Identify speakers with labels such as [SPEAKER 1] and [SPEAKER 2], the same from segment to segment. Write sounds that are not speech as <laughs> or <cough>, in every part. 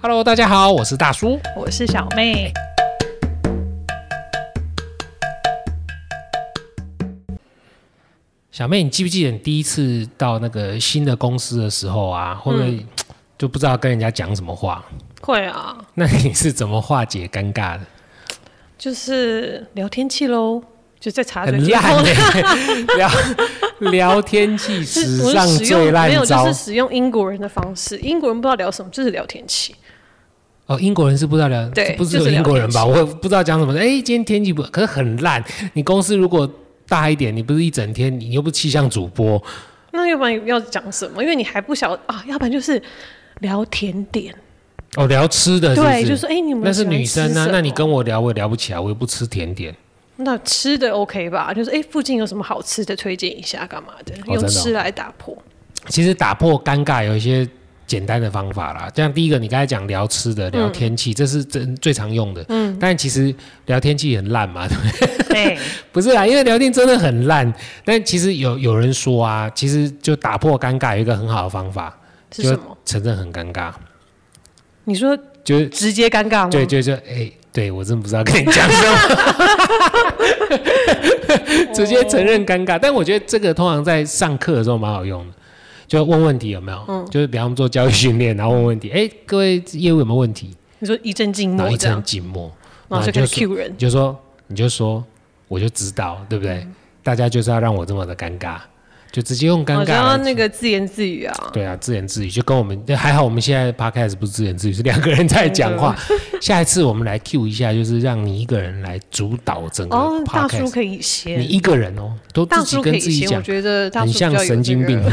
[SPEAKER 1] Hello，大家好，我是大叔。
[SPEAKER 2] 我是小妹。
[SPEAKER 1] 小妹，你记不记得你第一次到那个新的公司的时候啊，会不
[SPEAKER 2] 嗯
[SPEAKER 1] 会就不知道跟人家讲什么话？ <laughs>
[SPEAKER 2] 会啊，
[SPEAKER 1] 那你是怎么化解尴尬的？
[SPEAKER 2] 就是聊天气喽，就在茶水
[SPEAKER 1] 很
[SPEAKER 2] 间
[SPEAKER 1] 烂
[SPEAKER 2] 偷
[SPEAKER 1] 欸 <laughs>
[SPEAKER 2] <laughs>
[SPEAKER 1] 聊聊天气
[SPEAKER 2] 是
[SPEAKER 1] 史
[SPEAKER 2] 我
[SPEAKER 1] 上
[SPEAKER 2] 是使
[SPEAKER 1] 最
[SPEAKER 2] 用没
[SPEAKER 1] 烂
[SPEAKER 2] 有，就
[SPEAKER 1] 招
[SPEAKER 2] 是使用英国人的方式。英国人不知道聊什么，就是聊天气。
[SPEAKER 1] 哦。英国人是不知道聊，
[SPEAKER 2] 对
[SPEAKER 1] 不只
[SPEAKER 2] 就
[SPEAKER 1] 有
[SPEAKER 2] 是
[SPEAKER 1] 英
[SPEAKER 2] 聊
[SPEAKER 1] 国人
[SPEAKER 2] 天
[SPEAKER 1] 吧？我也不知道讲什么。哎，今天天气不，可是很烂。你公司如果大一点，你不是一整天，你又不是气象主播，
[SPEAKER 2] 那要不然要讲什么？因为你还不晓啊，要不然就是聊甜点。
[SPEAKER 1] 哦，聊吃的是不
[SPEAKER 2] 对，就说哎、你们
[SPEAKER 1] 那是
[SPEAKER 2] 喜欢
[SPEAKER 1] 女生
[SPEAKER 2] 吃
[SPEAKER 1] 啊
[SPEAKER 2] 什，么
[SPEAKER 1] 那你跟我聊我也聊不起啊来，我又不吃甜点。
[SPEAKER 2] 那吃的 OK 吧？就是哎、附近有什么好吃的推荐一下，干嘛的？
[SPEAKER 1] 真的
[SPEAKER 2] 用
[SPEAKER 1] 哦
[SPEAKER 2] 吃来打破。
[SPEAKER 1] 其实打破尴尬有一些简单的方法啦，像第一个你刚才讲聊吃
[SPEAKER 2] 嗯
[SPEAKER 1] 的、聊天气，这是真最常用的。嗯，但其实聊天气很烂嘛， <laughs> 对不对
[SPEAKER 2] 哎、
[SPEAKER 1] 不是啦，因为聊天真的很烂。但其实有有人说啊，其实就打破尴尬有一个很好的方法，
[SPEAKER 2] <laughs> 是
[SPEAKER 1] 就
[SPEAKER 2] 什么？
[SPEAKER 1] 承认很尴尬，
[SPEAKER 2] 你说
[SPEAKER 1] 就是
[SPEAKER 2] 直接尴尬吗？
[SPEAKER 1] 对，就就哎、对我真不知道跟你讲什
[SPEAKER 2] <laughs>
[SPEAKER 1] 么，直接承
[SPEAKER 2] 哦
[SPEAKER 1] 认尴尬。但我觉得这个通常在上课的时候蛮好用的，就问问题有没有？
[SPEAKER 2] 嗯
[SPEAKER 1] 就是比方我们做教育训练，然后问问题，哎、各位业务有没有问题？
[SPEAKER 2] 你说一阵静
[SPEAKER 1] 然后
[SPEAKER 2] 默
[SPEAKER 1] 一
[SPEAKER 2] 这样
[SPEAKER 1] 阵，静默，
[SPEAKER 2] 然后就
[SPEAKER 1] 就说
[SPEAKER 2] 开始 Q 人
[SPEAKER 1] 你。就说你就说，我就知道，对不对？
[SPEAKER 2] 嗯
[SPEAKER 1] 大家就是要让我这么的尴尬，就直接用尴
[SPEAKER 2] 我
[SPEAKER 1] 尬
[SPEAKER 2] 刚
[SPEAKER 1] 来
[SPEAKER 2] 刚哦那个自言自语啊，
[SPEAKER 1] 对啊，自言自语就跟我们还好，我们现在 podcast 不是自言自语，是两个人在讲话。
[SPEAKER 2] 嗯
[SPEAKER 1] 下一次我们来 Q 一下，就是让你一个人来主导整个
[SPEAKER 2] 哦，大叔
[SPEAKER 1] podcast，、
[SPEAKER 2] 可以
[SPEAKER 1] 你
[SPEAKER 2] 先，
[SPEAKER 1] 一个人哦，都
[SPEAKER 2] 大
[SPEAKER 1] 自己
[SPEAKER 2] 叔可
[SPEAKER 1] 跟
[SPEAKER 2] 以
[SPEAKER 1] 自己
[SPEAKER 2] 先，我
[SPEAKER 1] 讲，
[SPEAKER 2] 觉得大叔
[SPEAKER 1] 很
[SPEAKER 2] 比较
[SPEAKER 1] 像
[SPEAKER 2] 有
[SPEAKER 1] 神经
[SPEAKER 2] 这
[SPEAKER 1] 病
[SPEAKER 2] 个，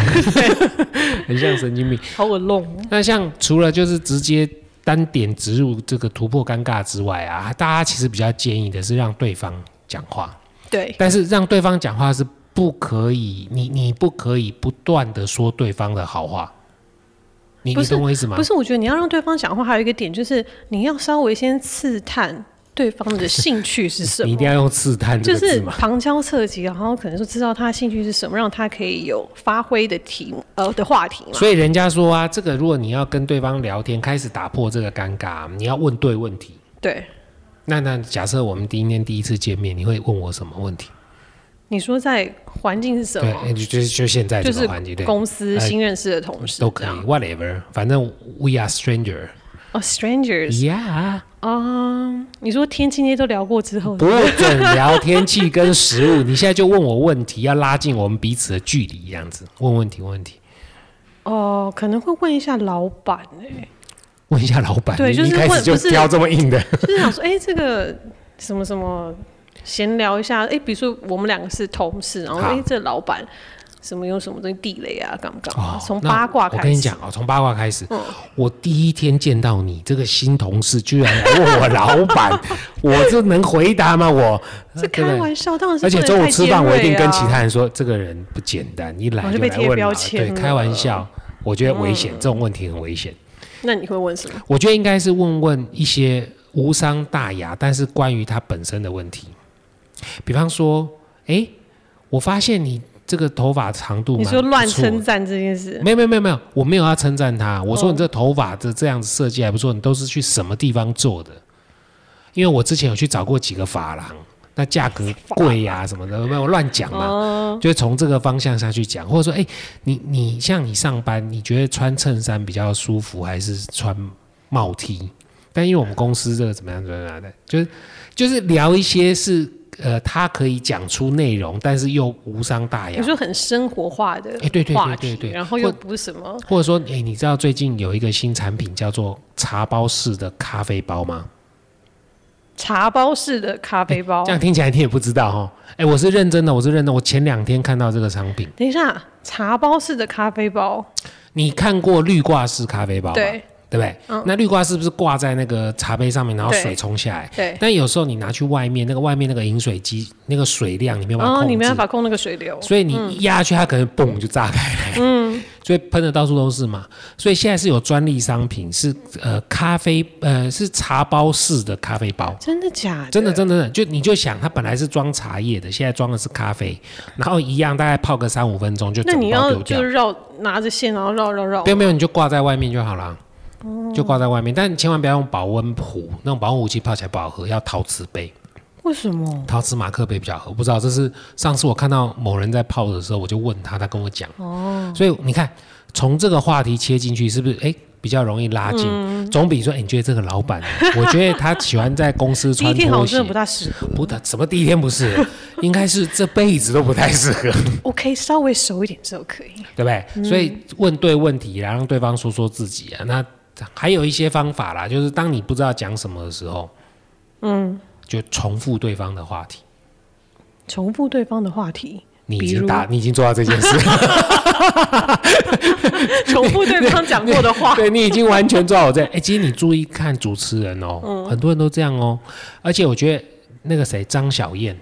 [SPEAKER 1] 很像神经病。
[SPEAKER 2] <laughs> 好耳聋。
[SPEAKER 1] 那像除了就是直接单点植入这个突破尴尬之外啊，大家其实比较建议的是让对方讲话，
[SPEAKER 2] 对，
[SPEAKER 1] 但是让对方讲话是不可以，你你不可以不断的说对方的好话。你
[SPEAKER 2] 不
[SPEAKER 1] 你
[SPEAKER 2] 是
[SPEAKER 1] 懂我意思吗
[SPEAKER 2] 不？是，我觉得你要让对方讲话，还有一个点就是你要稍微先刺探对方
[SPEAKER 1] <laughs>
[SPEAKER 2] 的兴趣是什
[SPEAKER 1] 你一
[SPEAKER 2] 么
[SPEAKER 1] 定。要用刺探这
[SPEAKER 2] 就
[SPEAKER 1] 个字
[SPEAKER 2] 是
[SPEAKER 1] 嘛？
[SPEAKER 2] 旁敲侧击，然后可能说知道他兴趣是什么，让他可以有发挥的题目，呃的话题嘛。
[SPEAKER 1] 所以人家说啊，这个如果你要跟对方聊天，开始打破这个尴尬，你要问对问题。
[SPEAKER 2] 对，
[SPEAKER 1] 那那假设我们今天第一次见面，你会问我什么问题？
[SPEAKER 2] 你说在环境是什
[SPEAKER 1] 对，
[SPEAKER 2] 么？
[SPEAKER 1] 哎就就就现在
[SPEAKER 2] 就
[SPEAKER 1] 这个
[SPEAKER 2] 是
[SPEAKER 1] 环境，对，
[SPEAKER 2] 公司
[SPEAKER 1] 哎
[SPEAKER 2] 新认识的同事
[SPEAKER 1] 都可以
[SPEAKER 2] 这样
[SPEAKER 1] ，whatever，反正 we are stranger，yeah，
[SPEAKER 2] 哦，strangers 啊，你说天气那些都聊过之后，
[SPEAKER 1] 不准聊天气跟食物。你现在就问我问题，要拉近我们彼此的距离，这样子问问题，问问题，
[SPEAKER 2] 哦，可能会问一下老板哎、
[SPEAKER 1] 问一下老板。
[SPEAKER 2] 对
[SPEAKER 1] 你
[SPEAKER 2] 就是
[SPEAKER 1] 一开始
[SPEAKER 2] 问
[SPEAKER 1] 就
[SPEAKER 2] 不是
[SPEAKER 1] 挑这么硬的，
[SPEAKER 2] 就是想说，哎、这个什么什么，闲聊一下，哎、比如说我们两个是同事，然后
[SPEAKER 1] 好
[SPEAKER 2] 哎、这老板什么有什么东西地雷啊，干嘛干嘛
[SPEAKER 1] 哦，
[SPEAKER 2] <laughs> 从、
[SPEAKER 1] 那
[SPEAKER 2] 八卦开始。嗯
[SPEAKER 1] 我跟你讲，哦，从八卦开始，我第一天见到你这个新同事，居然来问我老
[SPEAKER 2] <laughs>
[SPEAKER 1] 板，我这能回答吗？我
[SPEAKER 2] 这
[SPEAKER 1] 真的
[SPEAKER 2] 开玩笑，当然是、
[SPEAKER 1] 而且中午
[SPEAKER 2] 啊
[SPEAKER 1] 吃饭，我一定跟其他
[SPEAKER 2] 人。
[SPEAKER 1] 人说，这个人不简单，一来
[SPEAKER 2] 哦就被
[SPEAKER 1] 来
[SPEAKER 2] 贴
[SPEAKER 1] 问
[SPEAKER 2] 标
[SPEAKER 1] 老
[SPEAKER 2] 签
[SPEAKER 1] 对，
[SPEAKER 2] 了嗯
[SPEAKER 1] 开玩笑，我觉得危险，这种问题很危险。
[SPEAKER 2] 那你会问什么？
[SPEAKER 1] 我觉得应该是问问一些无伤大雅，但是关于他本身的问题，比方说，哎，我发现你这个头发长度
[SPEAKER 2] 你
[SPEAKER 1] 蛮
[SPEAKER 2] 说乱
[SPEAKER 1] 不错的
[SPEAKER 2] 称赞这件事，
[SPEAKER 1] 没有没有没有没有，我没有要称赞他。我说
[SPEAKER 2] 哦
[SPEAKER 1] 你这头发的这样子设计还不错，你都是去什么地方做的？因为我之前有去找过几个发廊，那价格贵呀、什么的，没有我乱讲嘛，
[SPEAKER 2] 哦，
[SPEAKER 1] 就从这个方向下去讲，或者说，哎、你你像你上班，你觉得穿衬衫比较舒服，还是穿帽 T？但因为我们公司这个怎么样怎么样的，就是就是聊一些是呃，他可以讲出内容，但是又无伤大雅
[SPEAKER 2] 你。说很生活化的
[SPEAKER 1] 哎对对对
[SPEAKER 2] 话
[SPEAKER 1] 对
[SPEAKER 2] 题，
[SPEAKER 1] 对
[SPEAKER 2] 然后又不是什么
[SPEAKER 1] 或者说，哎、你知道最近有一个新产品叫做茶包式的咖啡包吗？
[SPEAKER 2] 茶包式的咖啡包
[SPEAKER 1] 哎这。样听起来你也不知道哦。哎、我是认真的，我是认真的。我前两天看到这个商品，
[SPEAKER 2] 等一下，茶包式的咖啡包，
[SPEAKER 1] 你看过绿挂式咖啡包吧？
[SPEAKER 2] 对嗯
[SPEAKER 1] 对不对？那绿挂是不是挂在那个茶杯上面，然后
[SPEAKER 2] 对
[SPEAKER 1] 水冲下来？
[SPEAKER 2] 嗯对，
[SPEAKER 1] 但有时候你拿去外面，那个外面那个饮水机那个水量你没有办法
[SPEAKER 2] 然后
[SPEAKER 1] 控制，
[SPEAKER 2] 哦你没办法控那个水流，
[SPEAKER 1] 所以你一压下去，它可能嘣就炸开来，嗯， <laughs> 所以喷的到处都是嘛。所以现在是有专利商品，是呃咖啡呃是茶包式的咖啡包。
[SPEAKER 2] 真的假的？
[SPEAKER 1] 真的，真的，真的就你就想，它本来是装茶叶的，现在装的是咖啡，然后一样，大概泡个三五分钟就
[SPEAKER 2] 那
[SPEAKER 1] 整
[SPEAKER 2] 你
[SPEAKER 1] 包
[SPEAKER 2] 要
[SPEAKER 1] 丢掉
[SPEAKER 2] 就。绕拿着线，然后绕绕绕
[SPEAKER 1] 没。有没有，你就挂在外面就好了。
[SPEAKER 2] 哦
[SPEAKER 1] 就挂在外面。但千万不要用保温壶，那种保温壶其实泡起来不好喝，要陶瓷杯。
[SPEAKER 2] 为什么？
[SPEAKER 1] 陶瓷马克杯比较好，不知道这是上次我看到某人在泡的时候，我就问他，他跟我讲。哦，所以你看，从这个话题切进去，是不是诶比较容易拉近，
[SPEAKER 2] 嗯
[SPEAKER 1] 总比说、诶你觉得这个老板，我觉得他喜欢在公司
[SPEAKER 2] 第一 <laughs>
[SPEAKER 1] 穿
[SPEAKER 2] 天好
[SPEAKER 1] 拖
[SPEAKER 2] 像
[SPEAKER 1] 鞋
[SPEAKER 2] 真的，不大适合。
[SPEAKER 1] 不的，什么第一天不是，应该是这辈子都不太适合，
[SPEAKER 2] OK，稍微熟一点之后可以。
[SPEAKER 1] 对不对？
[SPEAKER 2] 嗯
[SPEAKER 1] 所以问对问题啦，让对方说说自己啊。那还有一些方法啦，就是当你不知道讲什么的时候，嗯，就重复对方的话题。
[SPEAKER 2] 重复对方的话题，
[SPEAKER 1] 你已
[SPEAKER 2] 比
[SPEAKER 1] 经
[SPEAKER 2] 如
[SPEAKER 1] 打，你已经做到这件事，
[SPEAKER 2] <laughs> 重复对方讲过的
[SPEAKER 1] <laughs>
[SPEAKER 2] 话。
[SPEAKER 1] 对你已经完全做好这。哎、其实你注意看主持人哦，
[SPEAKER 2] 嗯
[SPEAKER 1] 很多人都这样哦。而且我觉得那个谁张小燕，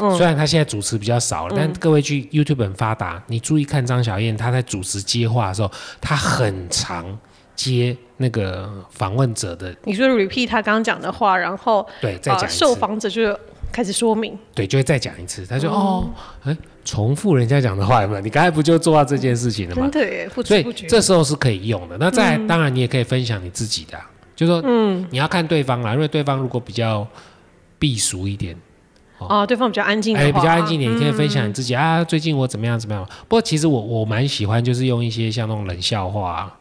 [SPEAKER 2] 嗯
[SPEAKER 1] 虽然她现在主持比较少了，但各位去 YouTube 很发达，你注意看张小燕，她在主持接话的时候，她很常接那个访问者的，
[SPEAKER 2] 你说 repeat 他刚刚讲的话，然后
[SPEAKER 1] 对，再讲
[SPEAKER 2] 呃，
[SPEAKER 1] 一
[SPEAKER 2] 受
[SPEAKER 1] 次，
[SPEAKER 2] 访嗯者就开始说明。
[SPEAKER 1] 对，就会再讲一次。她说、哦，哎、重复人家讲的话有没有？你刚才不就做到这件事情了吗
[SPEAKER 2] 真？的耶，不
[SPEAKER 1] 所
[SPEAKER 2] 知
[SPEAKER 1] 以
[SPEAKER 2] 不觉。嗯
[SPEAKER 1] 这时候是可以用的。那再来当然你也可以分享你自己的、啊，就说嗯，你要看对方啦，因为对方如果比较避俗一点，
[SPEAKER 2] 哦，对方比较安静的话，啊
[SPEAKER 1] 哎，比较安静一点，你可以分享你自
[SPEAKER 2] 嗯
[SPEAKER 1] 己啊，最近我怎么样怎么样。不过其实我我蛮喜欢就是用一些像那种冷笑话啊，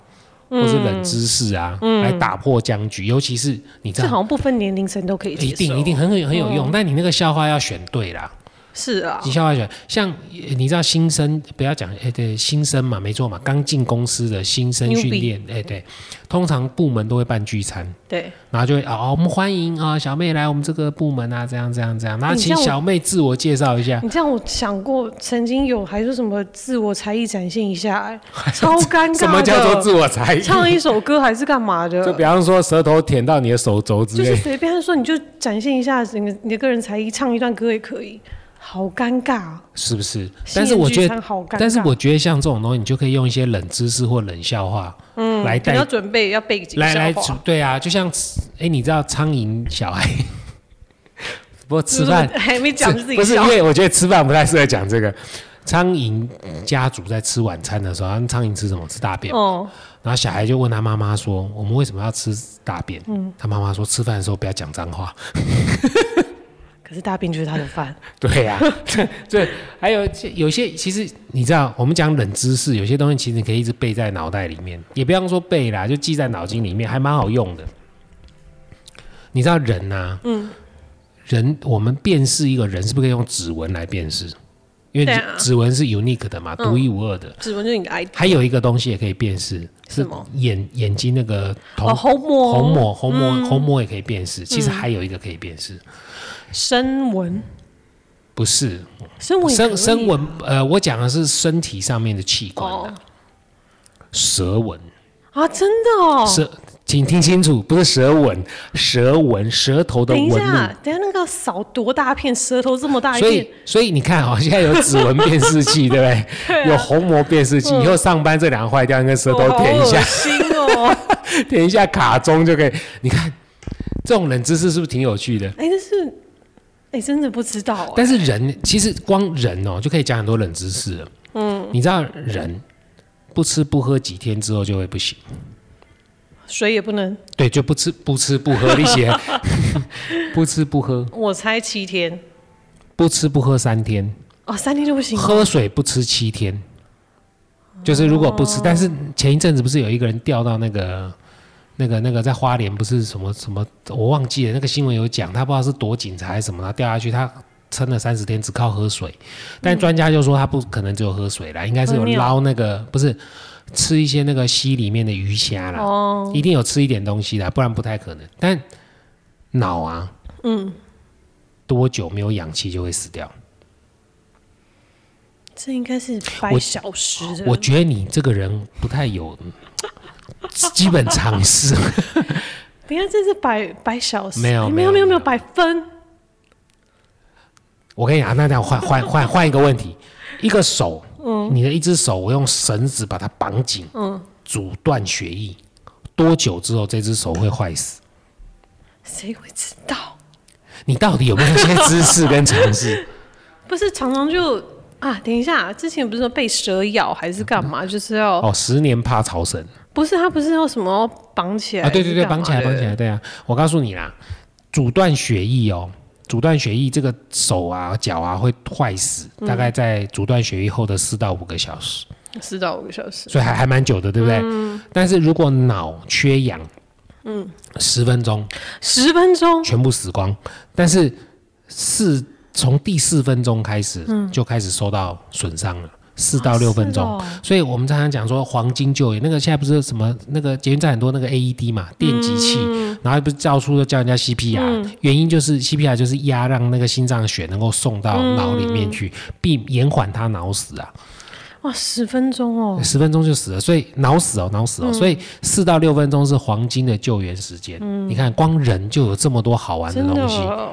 [SPEAKER 2] 嗯
[SPEAKER 1] 或是冷知识啊，来打破僵局，尤其是你这
[SPEAKER 2] 这好
[SPEAKER 1] 样。
[SPEAKER 2] 像不分年龄层都可以接
[SPEAKER 1] 哎一
[SPEAKER 2] 受。嗯
[SPEAKER 1] 定一定很有很有用，但你那个笑话要选对啦。
[SPEAKER 2] 是啊
[SPEAKER 1] 你，笑话选像呃你知道新生不要讲哎对新生嘛没错嘛，刚进公司的新生
[SPEAKER 2] Newbie
[SPEAKER 1] 训练哎对，通常部门都会办聚餐，
[SPEAKER 2] 对，
[SPEAKER 1] 然后就会啊、哦、我们欢迎啊、小妹来我们这个部门啊这样这样这样，然后
[SPEAKER 2] 哎你
[SPEAKER 1] 请
[SPEAKER 2] 像我
[SPEAKER 1] 小妹自我介绍一下，
[SPEAKER 2] <laughs> 你这样我想过，曾经有还是什么自我才艺展现一下、哎超尴尬的。
[SPEAKER 1] 什么叫做自我才艺？
[SPEAKER 2] 唱一首歌还是干嘛的？
[SPEAKER 1] 就比方说舌头舔到你的手肘之
[SPEAKER 2] 就
[SPEAKER 1] 类
[SPEAKER 2] 是，随便说，你就展现一下你的你的个人才艺，唱一段歌也可以，好尴尬。啊
[SPEAKER 1] 是不是？但是我觉
[SPEAKER 2] 新
[SPEAKER 1] 得，
[SPEAKER 2] 人聚餐好尴尬，
[SPEAKER 1] 但是我觉得像这种东西，你就可以用一些冷知识或冷笑话，嗯，来
[SPEAKER 2] 你
[SPEAKER 1] 带
[SPEAKER 2] 要准备要背景
[SPEAKER 1] 来来
[SPEAKER 2] 笑话，
[SPEAKER 1] 对啊，就像哎，你知道苍蝇小孩， <laughs> 不过
[SPEAKER 2] <laughs>
[SPEAKER 1] 吃
[SPEAKER 2] 是不是
[SPEAKER 1] 饭
[SPEAKER 2] 还没讲就自己
[SPEAKER 1] 不是
[SPEAKER 2] 笑
[SPEAKER 1] 因，为我觉得吃饭不太适合讲这个。苍蝇家族在吃晚餐的时候，他们苍蝇吃什么？吃大便。
[SPEAKER 2] 哦，
[SPEAKER 1] 然后小孩就问他妈妈说：“我们为什么要吃大便？”
[SPEAKER 2] 嗯
[SPEAKER 1] 他妈妈说：“吃饭的时候不要讲脏话。
[SPEAKER 2] 可是大便就是他的饭，”
[SPEAKER 1] 对呀、 <laughs> 这还有有些其实你知道，我们讲冷知识，有些东西其实你可以一直背在脑袋里面，也不要说背啦，就记在脑筋里面，还蛮好用的。你知道人呐、嗯，人我们辨识一个人，是不是可以用指纹来辨识？因为
[SPEAKER 2] 对啊嗯
[SPEAKER 1] 指纹是 unique 的嘛，独一无二的。
[SPEAKER 2] 指纹就是你的 ID
[SPEAKER 1] 还有一个东西也可以辨识，
[SPEAKER 2] 什
[SPEAKER 1] 是
[SPEAKER 2] 么
[SPEAKER 1] 眼眼睛那个瞳
[SPEAKER 2] 哦，嗯虹膜、
[SPEAKER 1] 虹膜，虹膜，虹膜也可以辨识。其实还有一个可以辨识，
[SPEAKER 2] 声纹、
[SPEAKER 1] 不是
[SPEAKER 2] 声纹也可
[SPEAKER 1] 声
[SPEAKER 2] 以
[SPEAKER 1] 声纹，呃，我讲的是身体上面的器官
[SPEAKER 2] 哦
[SPEAKER 1] 啊，舌纹，
[SPEAKER 2] 啊，真的哦。
[SPEAKER 1] 舌，请听清楚，不是舌纹，舌纹，舌头的
[SPEAKER 2] 等一
[SPEAKER 1] 纹
[SPEAKER 2] 下啊
[SPEAKER 1] 路。，
[SPEAKER 2] 等一下那个扫多大片，舌头这么大一
[SPEAKER 1] 所以
[SPEAKER 2] 片，，
[SPEAKER 1] 所以你看哦，现在有指纹辨识器， <laughs> 对不对？
[SPEAKER 2] 啊
[SPEAKER 1] 有虹膜辨识
[SPEAKER 2] 嗯
[SPEAKER 1] 器，以后上班这两个坏掉，跟舌头
[SPEAKER 2] 哦好
[SPEAKER 1] 舔一下
[SPEAKER 2] 恶，心
[SPEAKER 1] <laughs>
[SPEAKER 2] 哦。
[SPEAKER 1] 舔一下卡中就可以。你看这种冷知识是不是挺有趣的？
[SPEAKER 2] 哎，但是，哎，真的不知道哎。
[SPEAKER 1] 但是人其实光人哦、就可以讲很多冷知识了。嗯，你知道人不吃不喝几天之后就会不行，
[SPEAKER 2] 水也不能，
[SPEAKER 1] 对，就不吃不吃不喝，你
[SPEAKER 2] <laughs>
[SPEAKER 1] 写不吃不喝，
[SPEAKER 2] 我猜七天
[SPEAKER 1] 不吃不喝三天，
[SPEAKER 2] 哦，三天就不行了。
[SPEAKER 1] 喝水不吃七天，就是如果不吃，但
[SPEAKER 2] 哦
[SPEAKER 1] 是前一阵子不是有一个人掉到那个。那个那个在花莲不是什么什么，我忘记了那个新闻有讲，他不知道是躲警察还是什么，他掉下去，他撑了三十天只靠喝水，但专家就说他不可能只有喝水啦，应该是有
[SPEAKER 2] 嗯喝尿
[SPEAKER 1] 捞那个不是吃一些那个溪里面的鱼虾啦，
[SPEAKER 2] 哦，
[SPEAKER 1] 一定有吃一点东西啦，不然不太可能。但脑啊，嗯，多久没有氧气就会死掉？
[SPEAKER 2] 这应该是百
[SPEAKER 1] 我
[SPEAKER 2] 小时的。
[SPEAKER 1] 我觉得你这个人不太有基本常识，
[SPEAKER 2] 等一下这是百百小时，
[SPEAKER 1] 没有
[SPEAKER 2] 哎
[SPEAKER 1] 没
[SPEAKER 2] 没
[SPEAKER 1] 有
[SPEAKER 2] 没有
[SPEAKER 1] 没
[SPEAKER 2] 没
[SPEAKER 1] 有
[SPEAKER 2] 有百分
[SPEAKER 1] 我跟你讲，那这样换换换换一个问题，一个手，你的一只手，我用绳子把它绑紧，阻断血液，多久之后这只手会坏死？
[SPEAKER 2] 谁会知道？
[SPEAKER 1] 你到底有没有这些知识跟常识？
[SPEAKER 2] 不是常常就
[SPEAKER 1] 嗯
[SPEAKER 2] 啊，等一下，之前不是说被蛇咬还是干嘛，就是要
[SPEAKER 1] 哦哦，十年怕草绳，
[SPEAKER 2] 不是他不是要什么绑起来
[SPEAKER 1] 啊，对对对，
[SPEAKER 2] 哎干嘛
[SPEAKER 1] 绑起来，
[SPEAKER 2] 的
[SPEAKER 1] 绑起来，对啊，我告诉你啦，阻断血液哦，阻断血液这个手啊、脚啊会坏死，
[SPEAKER 2] 嗯
[SPEAKER 1] 大概在阻断血液后的四到五个小时，
[SPEAKER 2] 四到五个小时，
[SPEAKER 1] 所以还还蛮久的，对不对？
[SPEAKER 2] 嗯
[SPEAKER 1] 但是如果脑缺氧，嗯，十分钟
[SPEAKER 2] 十分钟
[SPEAKER 1] 全部死光，但是四从第四分钟开始、就开始受到损伤了，四到六分钟。
[SPEAKER 2] 啊嗯是哦
[SPEAKER 1] 所以我们常常讲说黄金就业，那个现在不是什么那个捷运站很多那个 AED 嘛，电击器，
[SPEAKER 2] 嗯
[SPEAKER 1] 然后不是到处都叫人家 CPR，、原因就是 CPR 就是压让那个心脏血能够送到
[SPEAKER 2] 嗯
[SPEAKER 1] 脑里面去，并延缓它脑死啊，
[SPEAKER 2] 哇，十分钟哦，
[SPEAKER 1] 十分钟就死了，所以脑死哦，脑死哦，
[SPEAKER 2] 嗯
[SPEAKER 1] 所以四到六分钟是黄金的救援时间。你看光人就有这么多好玩的
[SPEAKER 2] 嗯真
[SPEAKER 1] 东西，
[SPEAKER 2] 的。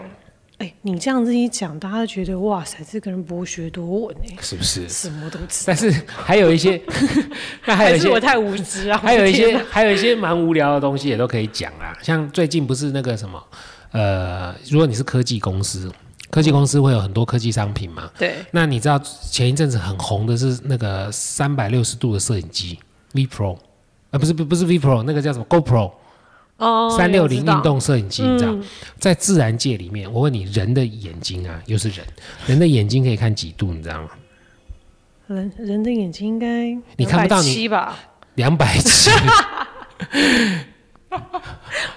[SPEAKER 2] 哎、你这样子一讲，大家觉得哇塞，这个人博学多闻哎、
[SPEAKER 1] 是不是？
[SPEAKER 2] 什么都知道。
[SPEAKER 1] 但是还有一
[SPEAKER 2] <laughs>
[SPEAKER 1] 些，那还有一
[SPEAKER 2] 是
[SPEAKER 1] 些
[SPEAKER 2] 我太无知
[SPEAKER 1] <laughs>
[SPEAKER 2] 啊！
[SPEAKER 1] 还有一
[SPEAKER 2] 我的
[SPEAKER 1] 些
[SPEAKER 2] 天哪，
[SPEAKER 1] 还有一些蛮无聊的东西也都可以讲啦，像最近不是那个什么，呃，如果你是科技公司，科技公司会有很多科技商品嘛。
[SPEAKER 2] 对
[SPEAKER 1] 那你知道前一阵子很红的是那个三百六十度的摄影机 V Pro，呃，不是不不是 V Pro，那个叫什么 GoPro
[SPEAKER 2] 哦，
[SPEAKER 1] 三六零
[SPEAKER 2] 我知道嗯
[SPEAKER 1] 运动摄影机，你知道，在自然界里面，我问你，人的眼睛啊，又是人，人的眼睛可以看几度，你知道吗？
[SPEAKER 2] 人人的眼睛应该
[SPEAKER 1] 你看不到你
[SPEAKER 2] 270吧？
[SPEAKER 1] 两百七。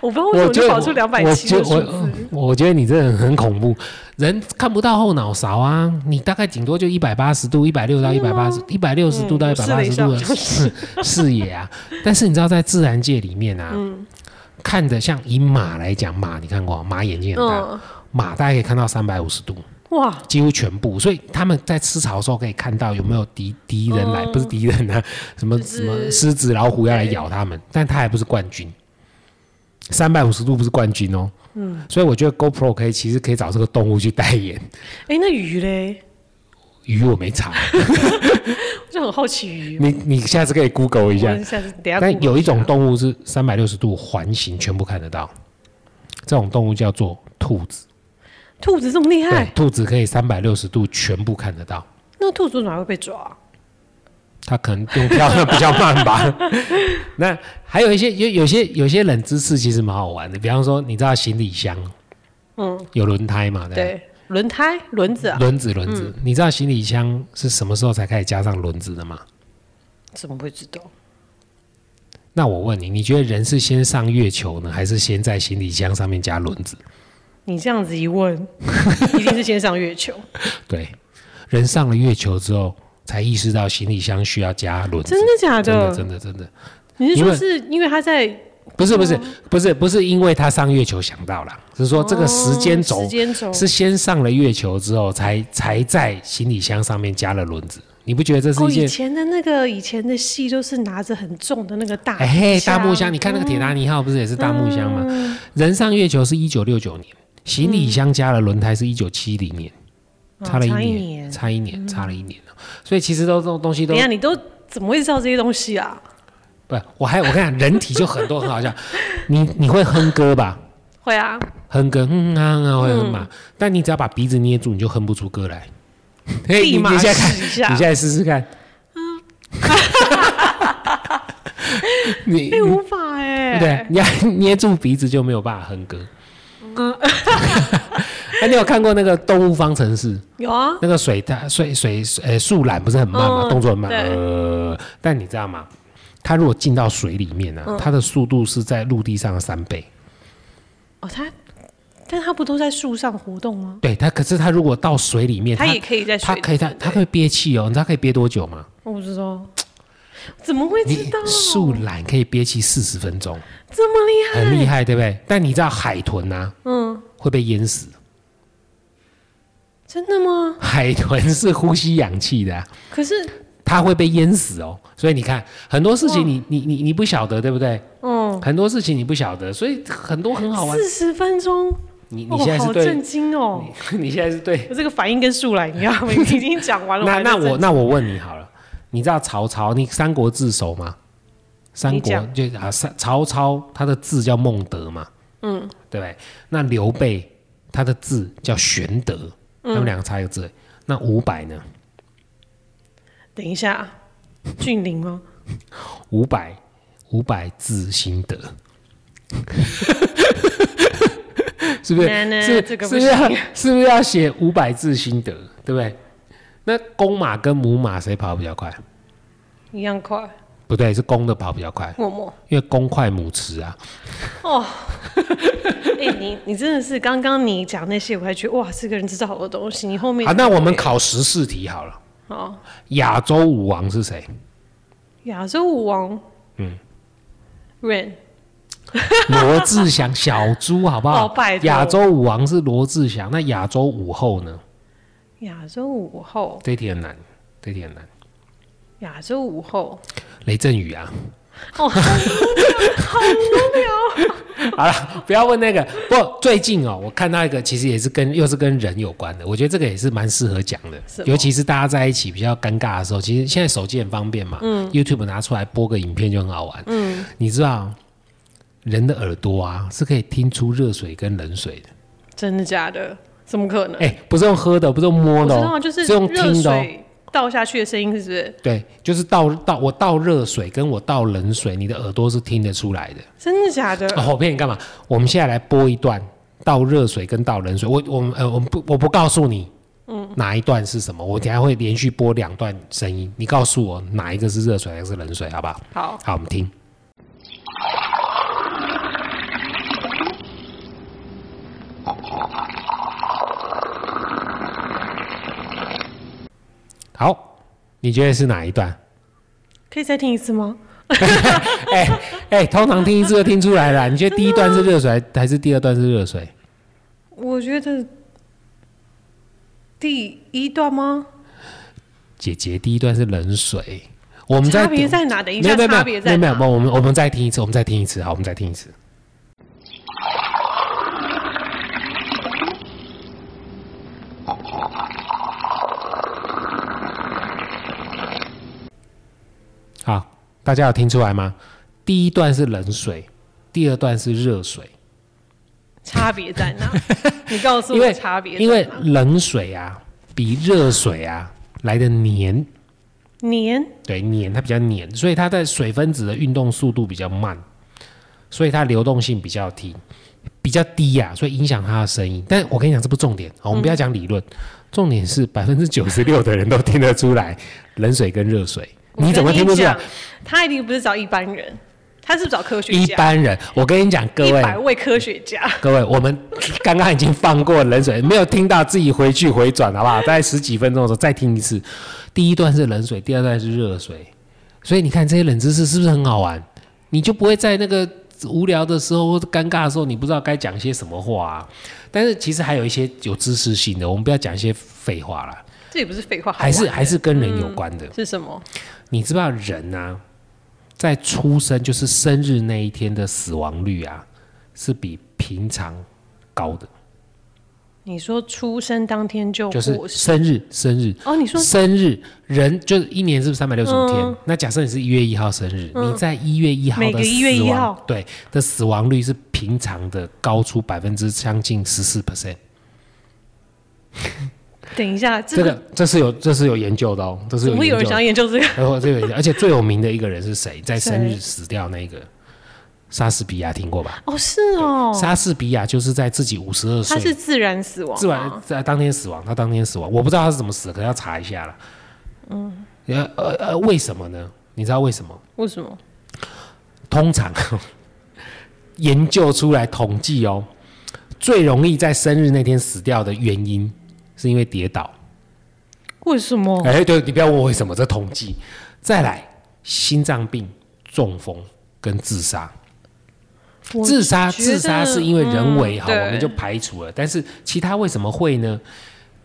[SPEAKER 2] 我不知道为什
[SPEAKER 1] 我
[SPEAKER 2] 么
[SPEAKER 1] 觉
[SPEAKER 2] 就
[SPEAKER 1] 得
[SPEAKER 2] 跑出两百七
[SPEAKER 1] 我嗯
[SPEAKER 2] 的
[SPEAKER 1] 觉
[SPEAKER 2] 数
[SPEAKER 1] 得
[SPEAKER 2] 字。
[SPEAKER 1] 我我觉得你这人很恐怖，人看不到后脑勺啊，你大概顶多就一百八十度、一百六到一百八十、一百六十度到
[SPEAKER 2] 嗯
[SPEAKER 1] 一
[SPEAKER 2] 我
[SPEAKER 1] 百
[SPEAKER 2] 试
[SPEAKER 1] 八
[SPEAKER 2] 了一
[SPEAKER 1] 十
[SPEAKER 2] 下
[SPEAKER 1] 度的
[SPEAKER 2] 好像
[SPEAKER 1] 视视野啊。但是你知道，在自然界里面啊，
[SPEAKER 2] 嗯
[SPEAKER 1] 看的像以马来讲，马你看过马眼睛很大，
[SPEAKER 2] 嗯，
[SPEAKER 1] 马大概可以看到三百五十度，
[SPEAKER 2] 哇，
[SPEAKER 1] 几乎全部。所以他们在吃草的时候可以看到有没有敌敌人来，不是敌人
[SPEAKER 2] 哦
[SPEAKER 1] 啊，什么
[SPEAKER 2] 就是
[SPEAKER 1] 什么狮子、老虎要来咬他们，但他还不是冠军。三百五十度不是冠军哦，嗯，所以我觉得 GoPro 可以，其实可以找这个动物去代言。
[SPEAKER 2] 哎、那鱼嘞？
[SPEAKER 1] 鱼我没
[SPEAKER 2] <laughs>
[SPEAKER 1] 查，
[SPEAKER 2] 我就很好奇鱼。
[SPEAKER 1] 你你下次可以 Google 一下
[SPEAKER 2] 我。下次等一下 Google 下。
[SPEAKER 1] 但有一种动物是三百六十度环形全部看得到，这种动物叫做兔子。
[SPEAKER 2] 兔子这么厉
[SPEAKER 1] 对
[SPEAKER 2] 害，，
[SPEAKER 1] 兔子可以三百六十度全部看得到。
[SPEAKER 2] 那兔子哪会被抓？
[SPEAKER 1] 他可能用跳的比较慢 <laughs> 吧。那还有一些有有些有些冷知识其实蛮好玩的，比方说你知道行李箱，嗯，有轮胎嘛？对不对，
[SPEAKER 2] 对，轮胎轮子啊？
[SPEAKER 1] 轮子轮子，你知道行李箱是什么时候才开始加上轮子的吗？
[SPEAKER 2] 怎么会知道？
[SPEAKER 1] 那我问你，你觉得人是先上月球呢，还是先在行李箱上面加轮子？
[SPEAKER 2] 你这样子一问， <laughs> 一定是先上月球，
[SPEAKER 1] 对，人上了月球之后，才意识到行李箱需要加轮子
[SPEAKER 2] 真。的假
[SPEAKER 1] 真
[SPEAKER 2] 的？
[SPEAKER 1] 真的真的，
[SPEAKER 2] 你是
[SPEAKER 1] 因
[SPEAKER 2] 说
[SPEAKER 1] 为
[SPEAKER 2] 是因为他在
[SPEAKER 1] 不是不是不是不是因为他上月球想到了，是说这个时间轴
[SPEAKER 2] 哦时间轴
[SPEAKER 1] 是先上了月球之后才，才在行李箱上面加了轮子。你不觉得这是
[SPEAKER 2] 哦，
[SPEAKER 1] 一件
[SPEAKER 2] 以？前的那个以前的戏都是拿着很重的那个大
[SPEAKER 1] 哎、嘿，大木箱，你看那个铁达尼号不是也是大木箱吗？
[SPEAKER 2] 嗯
[SPEAKER 1] 人上月球是一九六九年，行李箱加了轮胎是一九七零年，
[SPEAKER 2] 哦
[SPEAKER 1] 差了一
[SPEAKER 2] 差一
[SPEAKER 1] 年，
[SPEAKER 2] 年
[SPEAKER 1] 差一年，差了一年了。哦所以其实都这种东西都
[SPEAKER 2] 等一下，你都怎么会知道这些东西啊？
[SPEAKER 1] 不，我还我跟你讲，人体就很多很好笑。你你会哼歌吧？ <laughs>
[SPEAKER 2] 会啊，
[SPEAKER 1] 哼歌，嗯啊嗯啊会哼嘛？但你只要把鼻子捏住，你就哼不出歌来。嘿，你
[SPEAKER 2] 立马
[SPEAKER 1] 你现在看
[SPEAKER 2] 试一下。
[SPEAKER 1] 你现在试试看。
[SPEAKER 2] <laughs>
[SPEAKER 1] 嗯，你
[SPEAKER 2] 哎，无法哎、
[SPEAKER 1] 嗯对，你要 <laughs> 捏住鼻子就没有办法哼歌。
[SPEAKER 2] 嗯
[SPEAKER 1] <laughs> 哎，你有看过那个《动物方程式》？
[SPEAKER 2] 有啊，
[SPEAKER 1] 那个水它水水呃树懒不是很慢吗？
[SPEAKER 2] 嗯
[SPEAKER 1] 动作很慢。
[SPEAKER 2] 对
[SPEAKER 1] 呃，但你知道吗？它如果进到水里面呢、啊，
[SPEAKER 2] 嗯
[SPEAKER 1] 它的速度是在陆地上的三倍。
[SPEAKER 2] 哦，他，但他不都在树上活动吗？
[SPEAKER 1] 对它，可是它如果到水里面，
[SPEAKER 2] 他
[SPEAKER 1] 它
[SPEAKER 2] 也可以在水
[SPEAKER 1] 它
[SPEAKER 2] 里，
[SPEAKER 1] 哎可以它它可以憋气哦。你知道它可以憋多久吗？
[SPEAKER 2] 我不知道，怎么会知
[SPEAKER 1] 你
[SPEAKER 2] 道？
[SPEAKER 1] 树懒可以憋气四十分钟。
[SPEAKER 2] 这么厉害，
[SPEAKER 1] 很厉害，对不对？但你知道海豚啊，嗯，会被淹死。
[SPEAKER 2] 真的吗？
[SPEAKER 1] 海豚是呼吸氧气的啊、
[SPEAKER 2] 可是，
[SPEAKER 1] 它会被淹死哦。所以你看，很多事情你你你你不晓得，对不对？
[SPEAKER 2] 嗯，
[SPEAKER 1] 很多事情你不晓得，所以很多很好玩。
[SPEAKER 2] 四十分钟，
[SPEAKER 1] 你嗯你
[SPEAKER 2] 哦，
[SPEAKER 1] 现在是
[SPEAKER 2] 好
[SPEAKER 1] 对
[SPEAKER 2] 震，惊哦！
[SPEAKER 1] 你 <laughs> 你现在是对。
[SPEAKER 2] 我这个反应跟树懒一样， <laughs> 我已经讲完
[SPEAKER 1] <laughs>
[SPEAKER 2] 了。
[SPEAKER 1] 那
[SPEAKER 2] 还在
[SPEAKER 1] 那
[SPEAKER 2] 震
[SPEAKER 1] 我那我问你好了，你知道曹操你《三国志》熟吗？三
[SPEAKER 2] 你
[SPEAKER 1] 国
[SPEAKER 2] 讲
[SPEAKER 1] 就啊，三曹操他的字叫孟德嘛，嗯，对不对？那刘备他的字叫玄德，
[SPEAKER 2] 嗯
[SPEAKER 1] 他们两个差一个字。那伍佰呢？
[SPEAKER 2] 等一下，俊霖吗？
[SPEAKER 1] 伍佰，五百字心得， <laughs> 是不是？
[SPEAKER 2] 那那
[SPEAKER 1] 是
[SPEAKER 2] 这个
[SPEAKER 1] 是
[SPEAKER 2] 不
[SPEAKER 1] 不是要
[SPEAKER 2] 行
[SPEAKER 1] 是不是要写五百字心得，对不对？那公马跟母马谁跑得比较快？
[SPEAKER 2] 一样快，
[SPEAKER 1] 不对，是公的跑比较快，
[SPEAKER 2] 默默。
[SPEAKER 1] 因为公快母迟啊。 <laughs>
[SPEAKER 2] 哦，哎、你你真的是刚刚你讲那些，我还觉得哇，这个人知道好多东西。你后面
[SPEAKER 1] 好，那我们考十四题好了。
[SPEAKER 2] 哦，
[SPEAKER 1] 亚洲舞王是谁？ <laughs>
[SPEAKER 2] 亚洲舞王，嗯，Rain
[SPEAKER 1] 罗志祥，小猪，好不好？
[SPEAKER 2] 哦拜托
[SPEAKER 1] 亚洲舞王是罗志祥，那亚洲舞后呢？
[SPEAKER 2] 亚洲舞后，
[SPEAKER 1] 这一题很难，这一题很难。
[SPEAKER 2] 亚洲舞
[SPEAKER 1] <laughs>
[SPEAKER 2] 后，
[SPEAKER 1] 雷震宇啊，
[SPEAKER 2] 哦，
[SPEAKER 1] <laughs> 好了，不要问那个。不过最近哦，我看到一个，其实也是跟又是跟人有关的，我觉得这个也是蛮适合讲的
[SPEAKER 2] 什，么
[SPEAKER 1] 尤其是大家在一起比较尴尬的时候，其实现在手机很方便嘛，嗯，YouTube 拿出来播个影片就很好玩，嗯，你知道人的耳朵啊是可以听出热水跟冷水的，
[SPEAKER 2] 真的假的？怎么可能？
[SPEAKER 1] 哎、不是用喝的，不是用摸
[SPEAKER 2] 我知
[SPEAKER 1] 的、
[SPEAKER 2] 道，
[SPEAKER 1] 哦，
[SPEAKER 2] 就是
[SPEAKER 1] 用
[SPEAKER 2] 热
[SPEAKER 1] 听的、哦。
[SPEAKER 2] 水倒下去的声音，是不是？
[SPEAKER 1] 对，就是倒倒我倒热水跟我倒冷水，你的耳朵是听得出来的。
[SPEAKER 2] 真的假的？
[SPEAKER 1] <laughs> 哦，我骗你干嘛？我们现在来播一段倒热水跟倒冷水。我我们呃，我们不我不告诉你，嗯，哪一段是什么？我等一下会连续播两段声音，你告诉我哪一个是热水，哪一个是冷水，好不好？
[SPEAKER 2] 好，
[SPEAKER 1] 好，我们听。好，你觉得是哪一段？
[SPEAKER 2] 可以再听一次吗？
[SPEAKER 1] 哎哎，通常听一次就听出来了。啊你觉得第一段是热水，还是第二段是热水？
[SPEAKER 2] 我觉得第一段吗？
[SPEAKER 1] 姐姐第一段是冷水，我们再
[SPEAKER 2] 差别在哪？等一
[SPEAKER 1] 没
[SPEAKER 2] 下，
[SPEAKER 1] 有没有
[SPEAKER 2] 差
[SPEAKER 1] 没
[SPEAKER 2] 别
[SPEAKER 1] 有
[SPEAKER 2] 在
[SPEAKER 1] 没有
[SPEAKER 2] 哪
[SPEAKER 1] 没？有，我们我们再听一次，我们再听一次，好，我们再听一次。好，大家有听出来吗？第一段是冷水，第二段是热水。
[SPEAKER 2] 差别在
[SPEAKER 1] <laughs>
[SPEAKER 2] 哪？你告诉
[SPEAKER 1] 因为
[SPEAKER 2] 我差别在哪，
[SPEAKER 1] 因为冷水啊，比热水啊来的黏，
[SPEAKER 2] 黏
[SPEAKER 1] 对黏，它比较黏，所以它在水分子的运动速度比较慢，所以它流动性比较低，比较低呀、所以影响它的声音。但我跟你讲，这不重点，哦
[SPEAKER 2] 嗯
[SPEAKER 1] 好，我们不要讲理论，重点是百分之九十六的人都听得出来冷水跟热水，
[SPEAKER 2] 我跟
[SPEAKER 1] 怎么听不出来
[SPEAKER 2] 讲？？他一定不是找一般人，他是找科学
[SPEAKER 1] 一
[SPEAKER 2] 家，
[SPEAKER 1] 般人，我跟你讲，各
[SPEAKER 2] 一
[SPEAKER 1] 位，
[SPEAKER 2] 百位科学家。
[SPEAKER 1] 各位，我们刚刚已经放过冷水，没有听到自己回去回转，好不好？大概十几分钟的时候再听一次。第一段是冷水，第二段是热水，所以你看这些冷知识是不是很好玩？你就不会在那个呃无聊的时候或者尴尬的时候，你不知道该讲些什么话、啊。但是其实还有一些有知识性的，我们不要讲一些废话啦，
[SPEAKER 2] 这也不是废话，
[SPEAKER 1] 还
[SPEAKER 2] 好
[SPEAKER 1] 是
[SPEAKER 2] 玩
[SPEAKER 1] 还是跟人有关的。
[SPEAKER 2] 是什么？
[SPEAKER 1] 你知不知道人啊，在出生就是生日那一天的死亡率啊，是比平常高的。
[SPEAKER 2] 你说出生当天就
[SPEAKER 1] 就是
[SPEAKER 2] 过世
[SPEAKER 1] 生日，生日，
[SPEAKER 2] 哦？你哦说
[SPEAKER 1] 生日，人就是一年是不是三百六十五天？
[SPEAKER 2] 嗯
[SPEAKER 1] 那假设你是一月一号生日，你在一月一号的
[SPEAKER 2] 每个1月
[SPEAKER 1] 死
[SPEAKER 2] 1
[SPEAKER 1] 亡
[SPEAKER 2] 号
[SPEAKER 1] 对的死亡率是平常的高出百分之将近十四 percent，
[SPEAKER 2] 等一下，
[SPEAKER 1] 这
[SPEAKER 2] 这
[SPEAKER 1] 个这是有这是有研究的哦，这是
[SPEAKER 2] 怎么
[SPEAKER 1] 有研
[SPEAKER 2] 会有人
[SPEAKER 1] 究
[SPEAKER 2] 想
[SPEAKER 1] 的
[SPEAKER 2] 要研究这个？
[SPEAKER 1] 然后这个有研究，而且最有名的一个人是谁？在生日
[SPEAKER 2] 谁
[SPEAKER 1] 死掉那个莎士比亚听过吧？
[SPEAKER 2] 哦，是哦，
[SPEAKER 1] 莎士比亚就是在自己五十二
[SPEAKER 2] 他是
[SPEAKER 1] 岁
[SPEAKER 2] 自然死亡吗，啊
[SPEAKER 1] 自然在当天死亡，他当天死亡，我不知道他是怎么死的，可能要查一下了。嗯，呃呃呃，为什么呢？你知道为什么？
[SPEAKER 2] 为什么？
[SPEAKER 1] 通常 <laughs> 研究出来统计哦，最容易在生日那天死掉的原因，是因为跌倒。
[SPEAKER 2] 为什么？
[SPEAKER 1] 哎、对，你不要问我为什么，这统计。再来，心脏病、中风跟自杀。
[SPEAKER 2] 我
[SPEAKER 1] 自杀，
[SPEAKER 2] 觉得
[SPEAKER 1] 自杀是因为人为
[SPEAKER 2] 嗯
[SPEAKER 1] 哈，
[SPEAKER 2] 对
[SPEAKER 1] 我们就排除了。但是其他为什么会呢？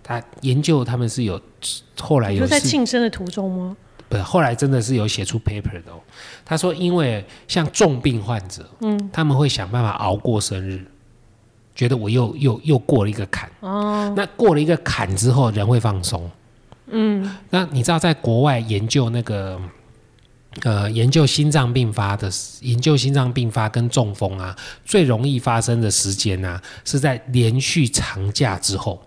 [SPEAKER 1] 他研究他们是有后来
[SPEAKER 2] 你
[SPEAKER 1] 有
[SPEAKER 2] 说在
[SPEAKER 1] 是
[SPEAKER 2] 庆生的途中吗？
[SPEAKER 1] 不是，后来真的是有写出 paper 的哦。他说，因为像重病患者，嗯，他们会想办法熬过生日，觉得我又又又过了一个坎。哦，那过了一个坎之后，人会放松。嗯，那你知道，在国外研究那个。呃，研究心脏病发的，研究心脏病发跟中风啊，最容易发生的时间啊，是在连续长假之后。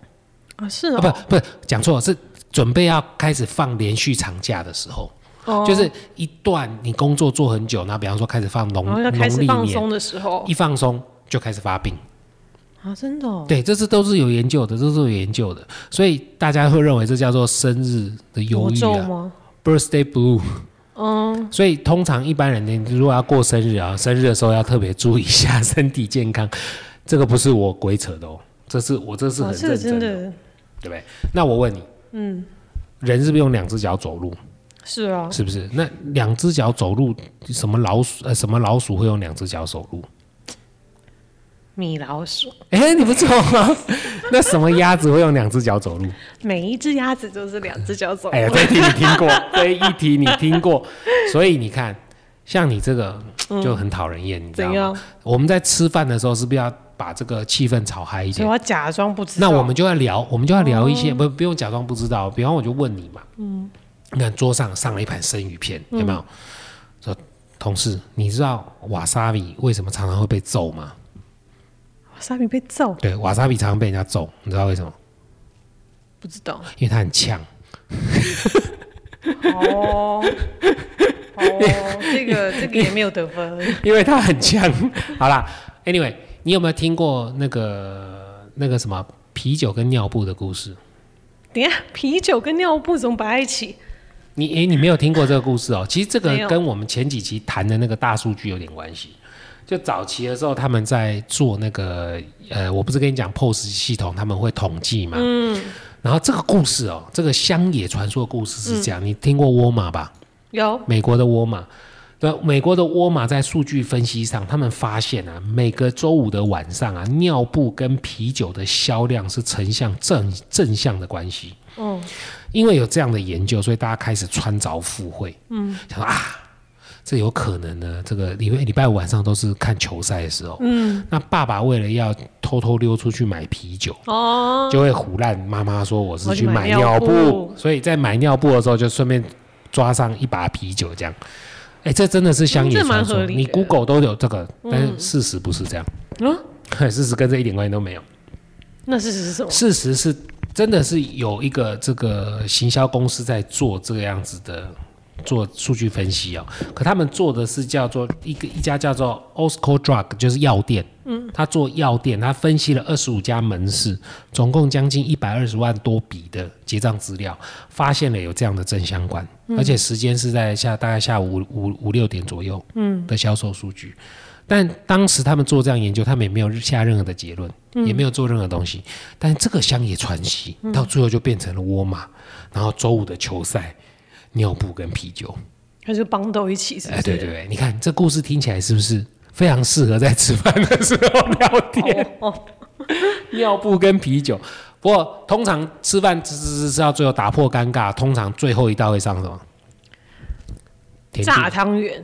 [SPEAKER 2] 啊，是
[SPEAKER 1] 啊，
[SPEAKER 2] 哦，
[SPEAKER 1] 不不，讲错了，是准备要开始放连续长假的时候，
[SPEAKER 2] 哦
[SPEAKER 1] 就是一段你工作做很久，那比方说开始放农
[SPEAKER 2] 然哦后要
[SPEAKER 1] 农
[SPEAKER 2] 开始
[SPEAKER 1] 历
[SPEAKER 2] 放
[SPEAKER 1] 年，
[SPEAKER 2] 松的时候
[SPEAKER 1] 一放松就开始发病。
[SPEAKER 2] 啊，真的、哦，
[SPEAKER 1] 对，这是都是有研究的，这是有研究的，所以大家会认为这叫做生日的忧
[SPEAKER 2] 魔
[SPEAKER 1] 郁
[SPEAKER 2] 咒
[SPEAKER 1] 啊
[SPEAKER 2] 吗？
[SPEAKER 1] ，birthday blue。
[SPEAKER 2] 嗯，
[SPEAKER 1] 所以通常一般人你如果要过生日啊，生日的时候要特别注意一下 <laughs> 身体健康。这个不是我鬼扯的哦，这是我这是
[SPEAKER 2] 哇，
[SPEAKER 1] 很
[SPEAKER 2] 哦啊这个
[SPEAKER 1] 认真
[SPEAKER 2] 真
[SPEAKER 1] 的，
[SPEAKER 2] 的
[SPEAKER 1] 对不对？那我问你，嗯，人是不是用两只脚走路？
[SPEAKER 2] 是啊，
[SPEAKER 1] 是不是？那两只脚走路，什么老鼠呃什么老鼠会用两只脚走路？ <laughs>
[SPEAKER 2] 米老鼠，
[SPEAKER 1] 哎、你不错啊。 <laughs> 那什么鸭子会用两只脚走路？
[SPEAKER 2] 每一只鸭子都是两只脚走
[SPEAKER 1] <laughs>
[SPEAKER 2] 路。
[SPEAKER 1] 哎呀，这一题你听过， <laughs> 这一题你听过，所以你看，像你这个就很讨人厌，你知道
[SPEAKER 2] 怎
[SPEAKER 1] 吗？
[SPEAKER 2] 样？
[SPEAKER 1] 我们在吃饭的时候，是不是要把这个气氛炒嗨一
[SPEAKER 2] 所以
[SPEAKER 1] 点
[SPEAKER 2] 我？要假装不知道。
[SPEAKER 1] 那我们就要聊，我们就要聊一些，不不用假装不知道。比方我就问你嘛，哦嗯，你看桌上上了一盘生鱼片，有没有？说同事，你知道瓦萨比为什么常常会被揍吗？
[SPEAKER 2] 沙米被揍，
[SPEAKER 1] 对，瓦萨比常常被人家揍，你知道为什么？
[SPEAKER 2] 不知
[SPEAKER 1] <laughs>
[SPEAKER 2] 道
[SPEAKER 1] 因为它很呛。
[SPEAKER 2] 哦。哦，这个这个也没有得分，
[SPEAKER 1] 因为他很强。 <laughs> 好啦，Anyway，你有没有听过那个那个什么啤酒跟尿布的故事？
[SPEAKER 2] 等一下啤酒跟尿布怎么摆在一起？
[SPEAKER 1] 你诶、你没有听过这个故事哦、其实这个
[SPEAKER 2] 没有
[SPEAKER 1] 跟我们前几期谈的那个大数据有点关系。就早期的时候，他们在做那个呃，我不是跟你讲 POS 系统，他们会统计嘛。嗯。然后这个故事哦、这个乡野传说的故事是这
[SPEAKER 2] 嗯
[SPEAKER 1] 样，你听过沃尔玛吧？
[SPEAKER 2] 有
[SPEAKER 1] 美国的沃尔玛。对，美国的沃尔玛在数据分析上，他们发现啊，每个周五的晚上啊，尿布跟啤酒的销量是呈现正正向的关系。
[SPEAKER 2] 嗯，
[SPEAKER 1] 因为有这样的研究，所以大家开始穿着赴会。嗯，想说啊，这有可能呢。这个礼拜礼拜五晚上都是看球赛的时候。嗯，那爸爸为了要偷偷溜出去买啤酒，
[SPEAKER 2] 哦，
[SPEAKER 1] 就会胡烂妈妈说我是
[SPEAKER 2] 我去
[SPEAKER 1] 去
[SPEAKER 2] 买
[SPEAKER 1] 买
[SPEAKER 2] 尿
[SPEAKER 1] 尿
[SPEAKER 2] 布
[SPEAKER 1] 布，所以在买尿布的时候就顺便抓上一把啤酒这样。哎、这真的是乡野
[SPEAKER 2] 嗯这蛮
[SPEAKER 1] 传说
[SPEAKER 2] 合，理的
[SPEAKER 1] 你 Google 都有这个，但是事实不是这样，
[SPEAKER 2] 嗯，
[SPEAKER 1] <laughs> 事实跟这一点关系都没有。
[SPEAKER 2] 那事实是什么？
[SPEAKER 1] 事实是真的是有一个这个行销公司在做这个样子的做数据分析哦，可他们做的是叫做一个一家叫做 Osco Drug，就是药店，嗯，他做药店，他分析了二十五家门市，总共将近一百二十万多笔的结账资料，发现了有这样的正相关，而且时间是在下大概下午五五五六点左右，嗯的销售数据。但当时他们做这样研究，他们也没有下任何的结论，也没有做任何东西。但这个乡野传奇到最后就变成了沃尔玛，然后周五的球赛，尿布跟啤酒。
[SPEAKER 2] 它就帮斗一起，是不
[SPEAKER 1] 哎、
[SPEAKER 2] 是？
[SPEAKER 1] 对对对，你看这故事听起来是不是非常适合在吃饭的时候聊天？
[SPEAKER 2] 哦，
[SPEAKER 1] <laughs>
[SPEAKER 2] 哦，
[SPEAKER 1] 尿布跟啤酒。不过通常吃饭吃吃吃吃到最后打破尴尬，通常最后一道会上什么？甜点
[SPEAKER 2] 炸汤圆，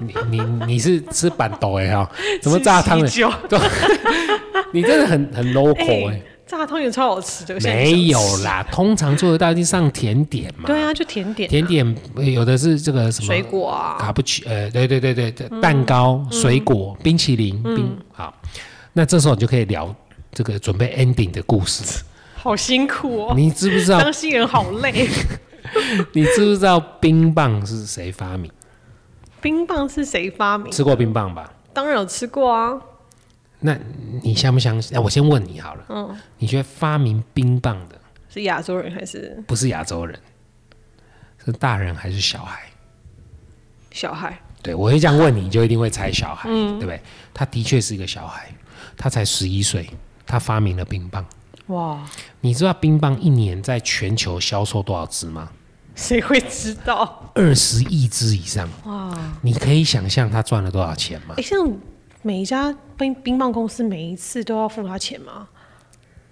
[SPEAKER 1] 你你你是吃板豆哎 <laughs> 哈？怎么炸汤
[SPEAKER 2] 吃
[SPEAKER 1] 圆？
[SPEAKER 2] 喜酒？
[SPEAKER 1] 你真的很很 local 哎、
[SPEAKER 2] 哎，炸汤圆超好吃的，我现在
[SPEAKER 1] 没有
[SPEAKER 2] 想吃
[SPEAKER 1] 啦，通常做得到一定上甜点嘛。
[SPEAKER 2] 对啊，就甜点、
[SPEAKER 1] 甜点呃有的是这个什么
[SPEAKER 2] 水果嗯啊，
[SPEAKER 1] 卡布奇，呃，对对对对，蛋糕、水果、冰淇淋、
[SPEAKER 2] 嗯
[SPEAKER 1] 冰好。那这时候你就可以聊这个准备 ending 的故事。
[SPEAKER 2] 好辛苦哦，
[SPEAKER 1] <laughs> 你知不知道？
[SPEAKER 2] 当新人好累。
[SPEAKER 1] 你知不知道冰棒是谁发明？
[SPEAKER 2] 冰棒是谁发明？
[SPEAKER 1] 吃过冰棒吧？
[SPEAKER 2] 当然有吃过啊，
[SPEAKER 1] 那你相不相信？哎我先问你好了，
[SPEAKER 2] 嗯，
[SPEAKER 1] 你觉得发明冰棒的
[SPEAKER 2] 是亚洲人还是
[SPEAKER 1] 不是亚洲人，是大人还是小孩？
[SPEAKER 2] 小孩？
[SPEAKER 1] 对，我会这样问你，你就一定会猜小孩，
[SPEAKER 2] 嗯
[SPEAKER 1] 对不对？他的确是一个小孩，他才十一岁，他发明了冰棒。
[SPEAKER 2] 哇，
[SPEAKER 1] 你知道冰棒一年在全球销售多少只吗？
[SPEAKER 2] 谁会知道？
[SPEAKER 1] 二十亿只以上。
[SPEAKER 2] 哇，
[SPEAKER 1] 你可以想象他赚了多少钱吗
[SPEAKER 2] 哎、？像每一家冰冰棒公司每一次都要付他钱吗？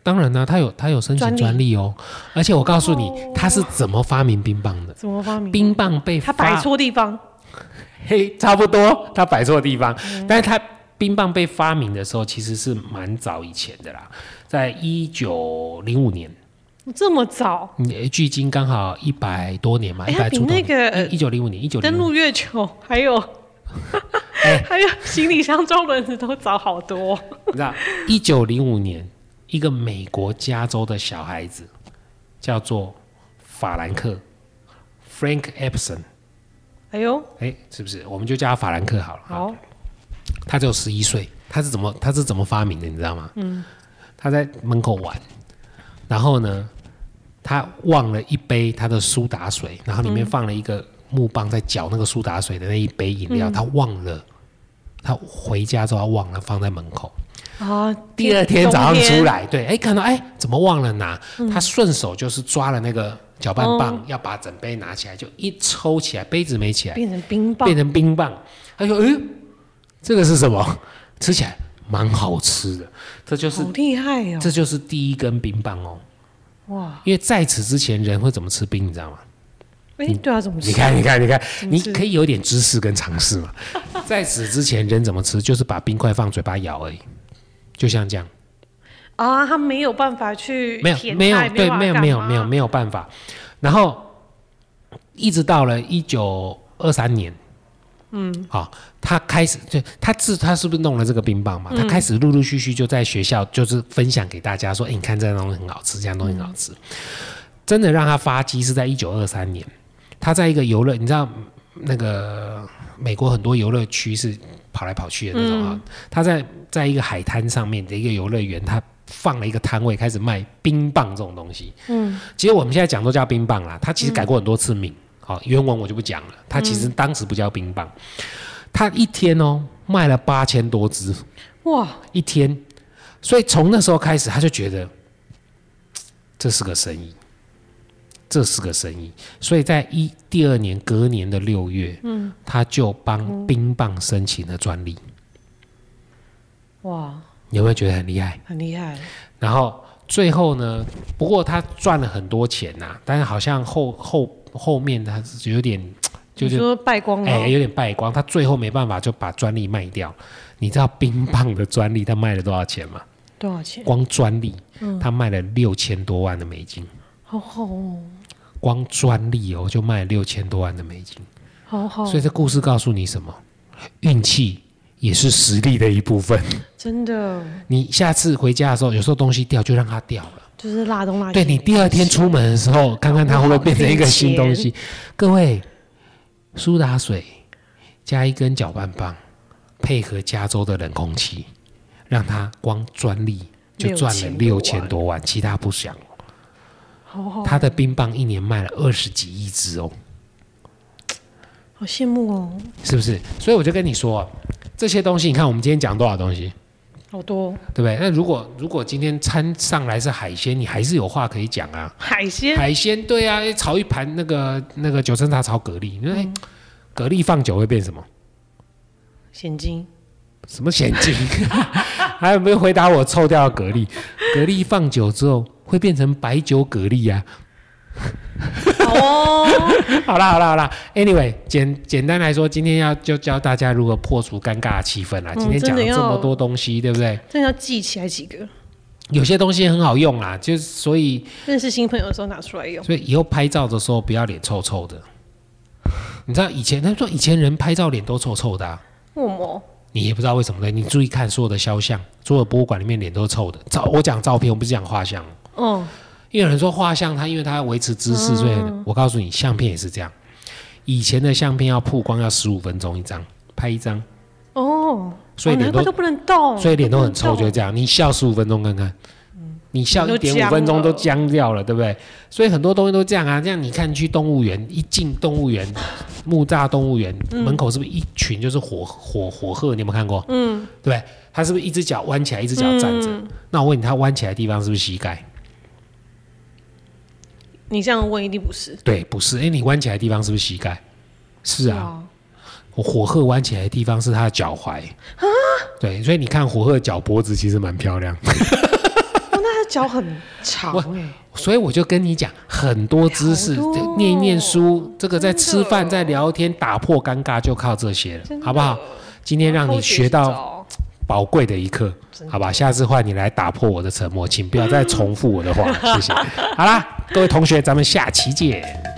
[SPEAKER 1] 当然呢、他有他有申
[SPEAKER 2] 专
[SPEAKER 1] 请
[SPEAKER 2] 利哦
[SPEAKER 1] 专利哦。而且我告诉你，他是怎么发明冰棒的。
[SPEAKER 2] 怎么发明？
[SPEAKER 1] 冰棒被
[SPEAKER 2] 他
[SPEAKER 1] 发
[SPEAKER 2] 摆错地方，
[SPEAKER 1] 嘿，差不多，他摆错地方。
[SPEAKER 2] 嗯
[SPEAKER 1] 但是他冰棒被发明的时候，其实是蛮早以前的啦，在一九零五年。
[SPEAKER 2] 这么早，
[SPEAKER 1] 嗯距今刚好一百多年嘛，
[SPEAKER 2] 哎
[SPEAKER 1] 一
[SPEAKER 2] 它
[SPEAKER 1] 百
[SPEAKER 2] 比
[SPEAKER 1] 出头
[SPEAKER 2] 那个呃
[SPEAKER 1] 年，一九零五年，一九
[SPEAKER 2] 登
[SPEAKER 1] 零五
[SPEAKER 2] 陆月球还有
[SPEAKER 1] <laughs> 哎
[SPEAKER 2] <laughs> 还有行李箱装轮子都早好多。
[SPEAKER 1] 你知道，一九零五年，一个美国加州的小孩子叫做法兰克· Frank Epson，
[SPEAKER 2] 哎呦，
[SPEAKER 1] 哎，是不是？我们就叫他法兰克好了。
[SPEAKER 2] 好，
[SPEAKER 1] 他只有十一岁，他是怎么他是怎么发明的，你知道吗？嗯，他在门口玩，然后呢，他忘了一杯他的苏打水，然后里面放了一个木棒在搅那个苏打水的那一杯饮料，他忘了，他回家之后他忘了放在门口。
[SPEAKER 2] 啊，
[SPEAKER 1] 第二天早上
[SPEAKER 2] 冬
[SPEAKER 1] 出来，对，哎，看到哎，怎么忘了拿？
[SPEAKER 2] 嗯
[SPEAKER 1] 他顺手就是抓了那个搅拌
[SPEAKER 2] 哦
[SPEAKER 1] 棒，要把整杯拿起来，就一抽起来，杯子没起来，
[SPEAKER 2] 变成冰棒
[SPEAKER 1] 变，成冰棒。他说：“哎、这个是什么？吃起来蛮好吃的。”这就是
[SPEAKER 2] 好厉害哦！
[SPEAKER 1] 这就是第一根冰棒哦。
[SPEAKER 2] 哇，
[SPEAKER 1] 因为在此之前，人会怎么吃冰，你知道吗？
[SPEAKER 2] 哎，对啊，怎么吃
[SPEAKER 1] 你看，你看，你看，你
[SPEAKER 2] 吃
[SPEAKER 1] 可以有点知识跟尝试
[SPEAKER 2] <laughs>
[SPEAKER 1] 嘛。在此之前，人怎么吃，就是把冰块放嘴巴咬而已，就像这样。
[SPEAKER 2] 啊？他没有办法去
[SPEAKER 1] 没有
[SPEAKER 2] 甜
[SPEAKER 1] 没有啊
[SPEAKER 2] 菜
[SPEAKER 1] 对没有没有没有
[SPEAKER 2] 有
[SPEAKER 1] 没有办法。然后一直到了一九二三年，嗯，好、他开始就他自他是不是弄了这个冰棒嘛？他开始陆陆续续就在学校就是分享给大家说，哎、你看这样东西很好吃，这样东西很好吃。真的让他发迹是在一九二三年，他在一个游乐，你知道那个美国很多游乐区是跑来跑去的那种啊，他在在一个海滩上面的一个游乐园，他放了一个摊位，开始卖冰棒这种东西。嗯，其实我们现在讲都叫冰棒啦，它其实改过很多次名。好、原文我就不讲了，它其实当时不叫冰棒，它一天哦卖了八千多只。
[SPEAKER 2] 哇，
[SPEAKER 1] 一天，所以从那时候开始，他就觉得嘖这是个生意，这是个生意。所以在一第二年隔年的六月，嗯，他就帮冰棒申请了专利，
[SPEAKER 2] 哇，
[SPEAKER 1] 你有没有觉得很厉害？
[SPEAKER 2] 很厉害，
[SPEAKER 1] 然后最后呢，不过他赚了很多钱呐、但是好像后后后面他是有点嘖就
[SPEAKER 2] 你
[SPEAKER 1] 是
[SPEAKER 2] 说败光了
[SPEAKER 1] 哎、有点败光，他最后没办法就把专利卖掉。你知道冰棒的专利他卖了多少钱吗？
[SPEAKER 2] 多少钱？
[SPEAKER 1] 光专利，他卖了六千多万的美金，
[SPEAKER 2] 好好哦，
[SPEAKER 1] 光专利哦就卖了六千多万的美金。
[SPEAKER 2] 好好，
[SPEAKER 1] 所以这故事告诉你什么？运气也是实力的一部分。
[SPEAKER 2] 真的
[SPEAKER 1] 你下次回家的时候，有时候东西掉就让它掉了。
[SPEAKER 2] 就是辣东辣西。
[SPEAKER 1] 对你第二天出门的时候，看看它会不会变成一个新东 <laughs> 西。各位，苏打水加一根搅拌棒，配合加州的冷空气，让它光专利就赚了六千多万，哦其他不想。
[SPEAKER 2] 好好
[SPEAKER 1] 他的冰棒一年卖了二十几亿只哦，
[SPEAKER 2] 好羡慕哦，
[SPEAKER 1] 是不是？所以我就跟你说啊，这些东西，你看我们今天讲多少东西，
[SPEAKER 2] 好多
[SPEAKER 1] 对不对？那如果如果今天餐上来是海鲜，你还是有话可以讲啊。
[SPEAKER 2] 海鲜
[SPEAKER 1] 海鲜对啊，炒一盘那个那个九层塔炒蛤蜊，因为蛤蜊放久会变什么？
[SPEAKER 2] 现金
[SPEAKER 1] 什么险
[SPEAKER 2] <laughs>
[SPEAKER 1] 境？还有没有回答我臭掉的蛤蜊？蛤蜊放久之后会变成白酒蛤蜊啊。
[SPEAKER 2] 哦，
[SPEAKER 1] 好啦好啦好啦，Anyway，简简单来说，今天要就教大家如何破除尴尬的气氛啦。啊
[SPEAKER 2] 嗯
[SPEAKER 1] 今天讲了
[SPEAKER 2] 真的要
[SPEAKER 1] 这么多东西，对不对？
[SPEAKER 2] <laughs> 真的要记起来几个，
[SPEAKER 1] 有些东西很好用啦，就是所以
[SPEAKER 2] 认识新朋友的时候拿出来用。
[SPEAKER 1] 所以以后拍照的时候不要脸臭臭的。你知道以前他说以前人拍照脸都臭臭的、啊，
[SPEAKER 2] 我么？
[SPEAKER 1] 你也不知道为什么的。你注意看所有的肖像，所有的博物馆里面脸都是臭的。照我讲照片，我不是讲画像哦。
[SPEAKER 2] 哦，
[SPEAKER 1] 因为有人说画像，它因为它要维持姿势，所以我告诉你，相片也是这样。以前的相片要曝光要十五分钟一张，拍一张，
[SPEAKER 2] 哦，
[SPEAKER 1] 所以
[SPEAKER 2] 哦
[SPEAKER 1] 脸都
[SPEAKER 2] 难怪都不能动，
[SPEAKER 1] 所以脸都很臭，嗯
[SPEAKER 2] 不
[SPEAKER 1] 就
[SPEAKER 2] 能
[SPEAKER 1] 是
[SPEAKER 2] 动
[SPEAKER 1] 这样。你笑十五分钟看看，你笑一
[SPEAKER 2] 都
[SPEAKER 1] 点
[SPEAKER 2] 僵
[SPEAKER 1] 五分钟
[SPEAKER 2] 了
[SPEAKER 1] 都僵掉了，对不对？所以很多东西都这样啊。这样你看去动物园，一进动物 <laughs> 园，木栅动物园门口是不是一群就是火火火鹤？你有没有看过？嗯，对不对？它是不是一只脚弯起来，一只脚站着？那我问你，它弯起来的地方是不是膝盖？
[SPEAKER 2] 你这样问一定不是。
[SPEAKER 1] 对，不是。哎，你弯起来的地方是不是膝盖？是啊，我火鹤弯起来的地方是它的脚踝。对，所以你看火鹤的脚脖子其实蛮漂亮的。
[SPEAKER 2] 哇，哦那他脚很长哎，
[SPEAKER 1] 所以我就跟你讲，很多知识
[SPEAKER 2] 好哎多哦
[SPEAKER 1] 念一念书，这个在吃
[SPEAKER 2] 真的
[SPEAKER 1] 饭、在聊天、打破尴尬，就靠这些了
[SPEAKER 2] 真，的
[SPEAKER 1] 好不好？？啊今天让你学到宝贵的一课，好吧？下次换你来打破我的沉默，请不要再重复我的话，谢谢。好啦，各位同学，咱们下期见。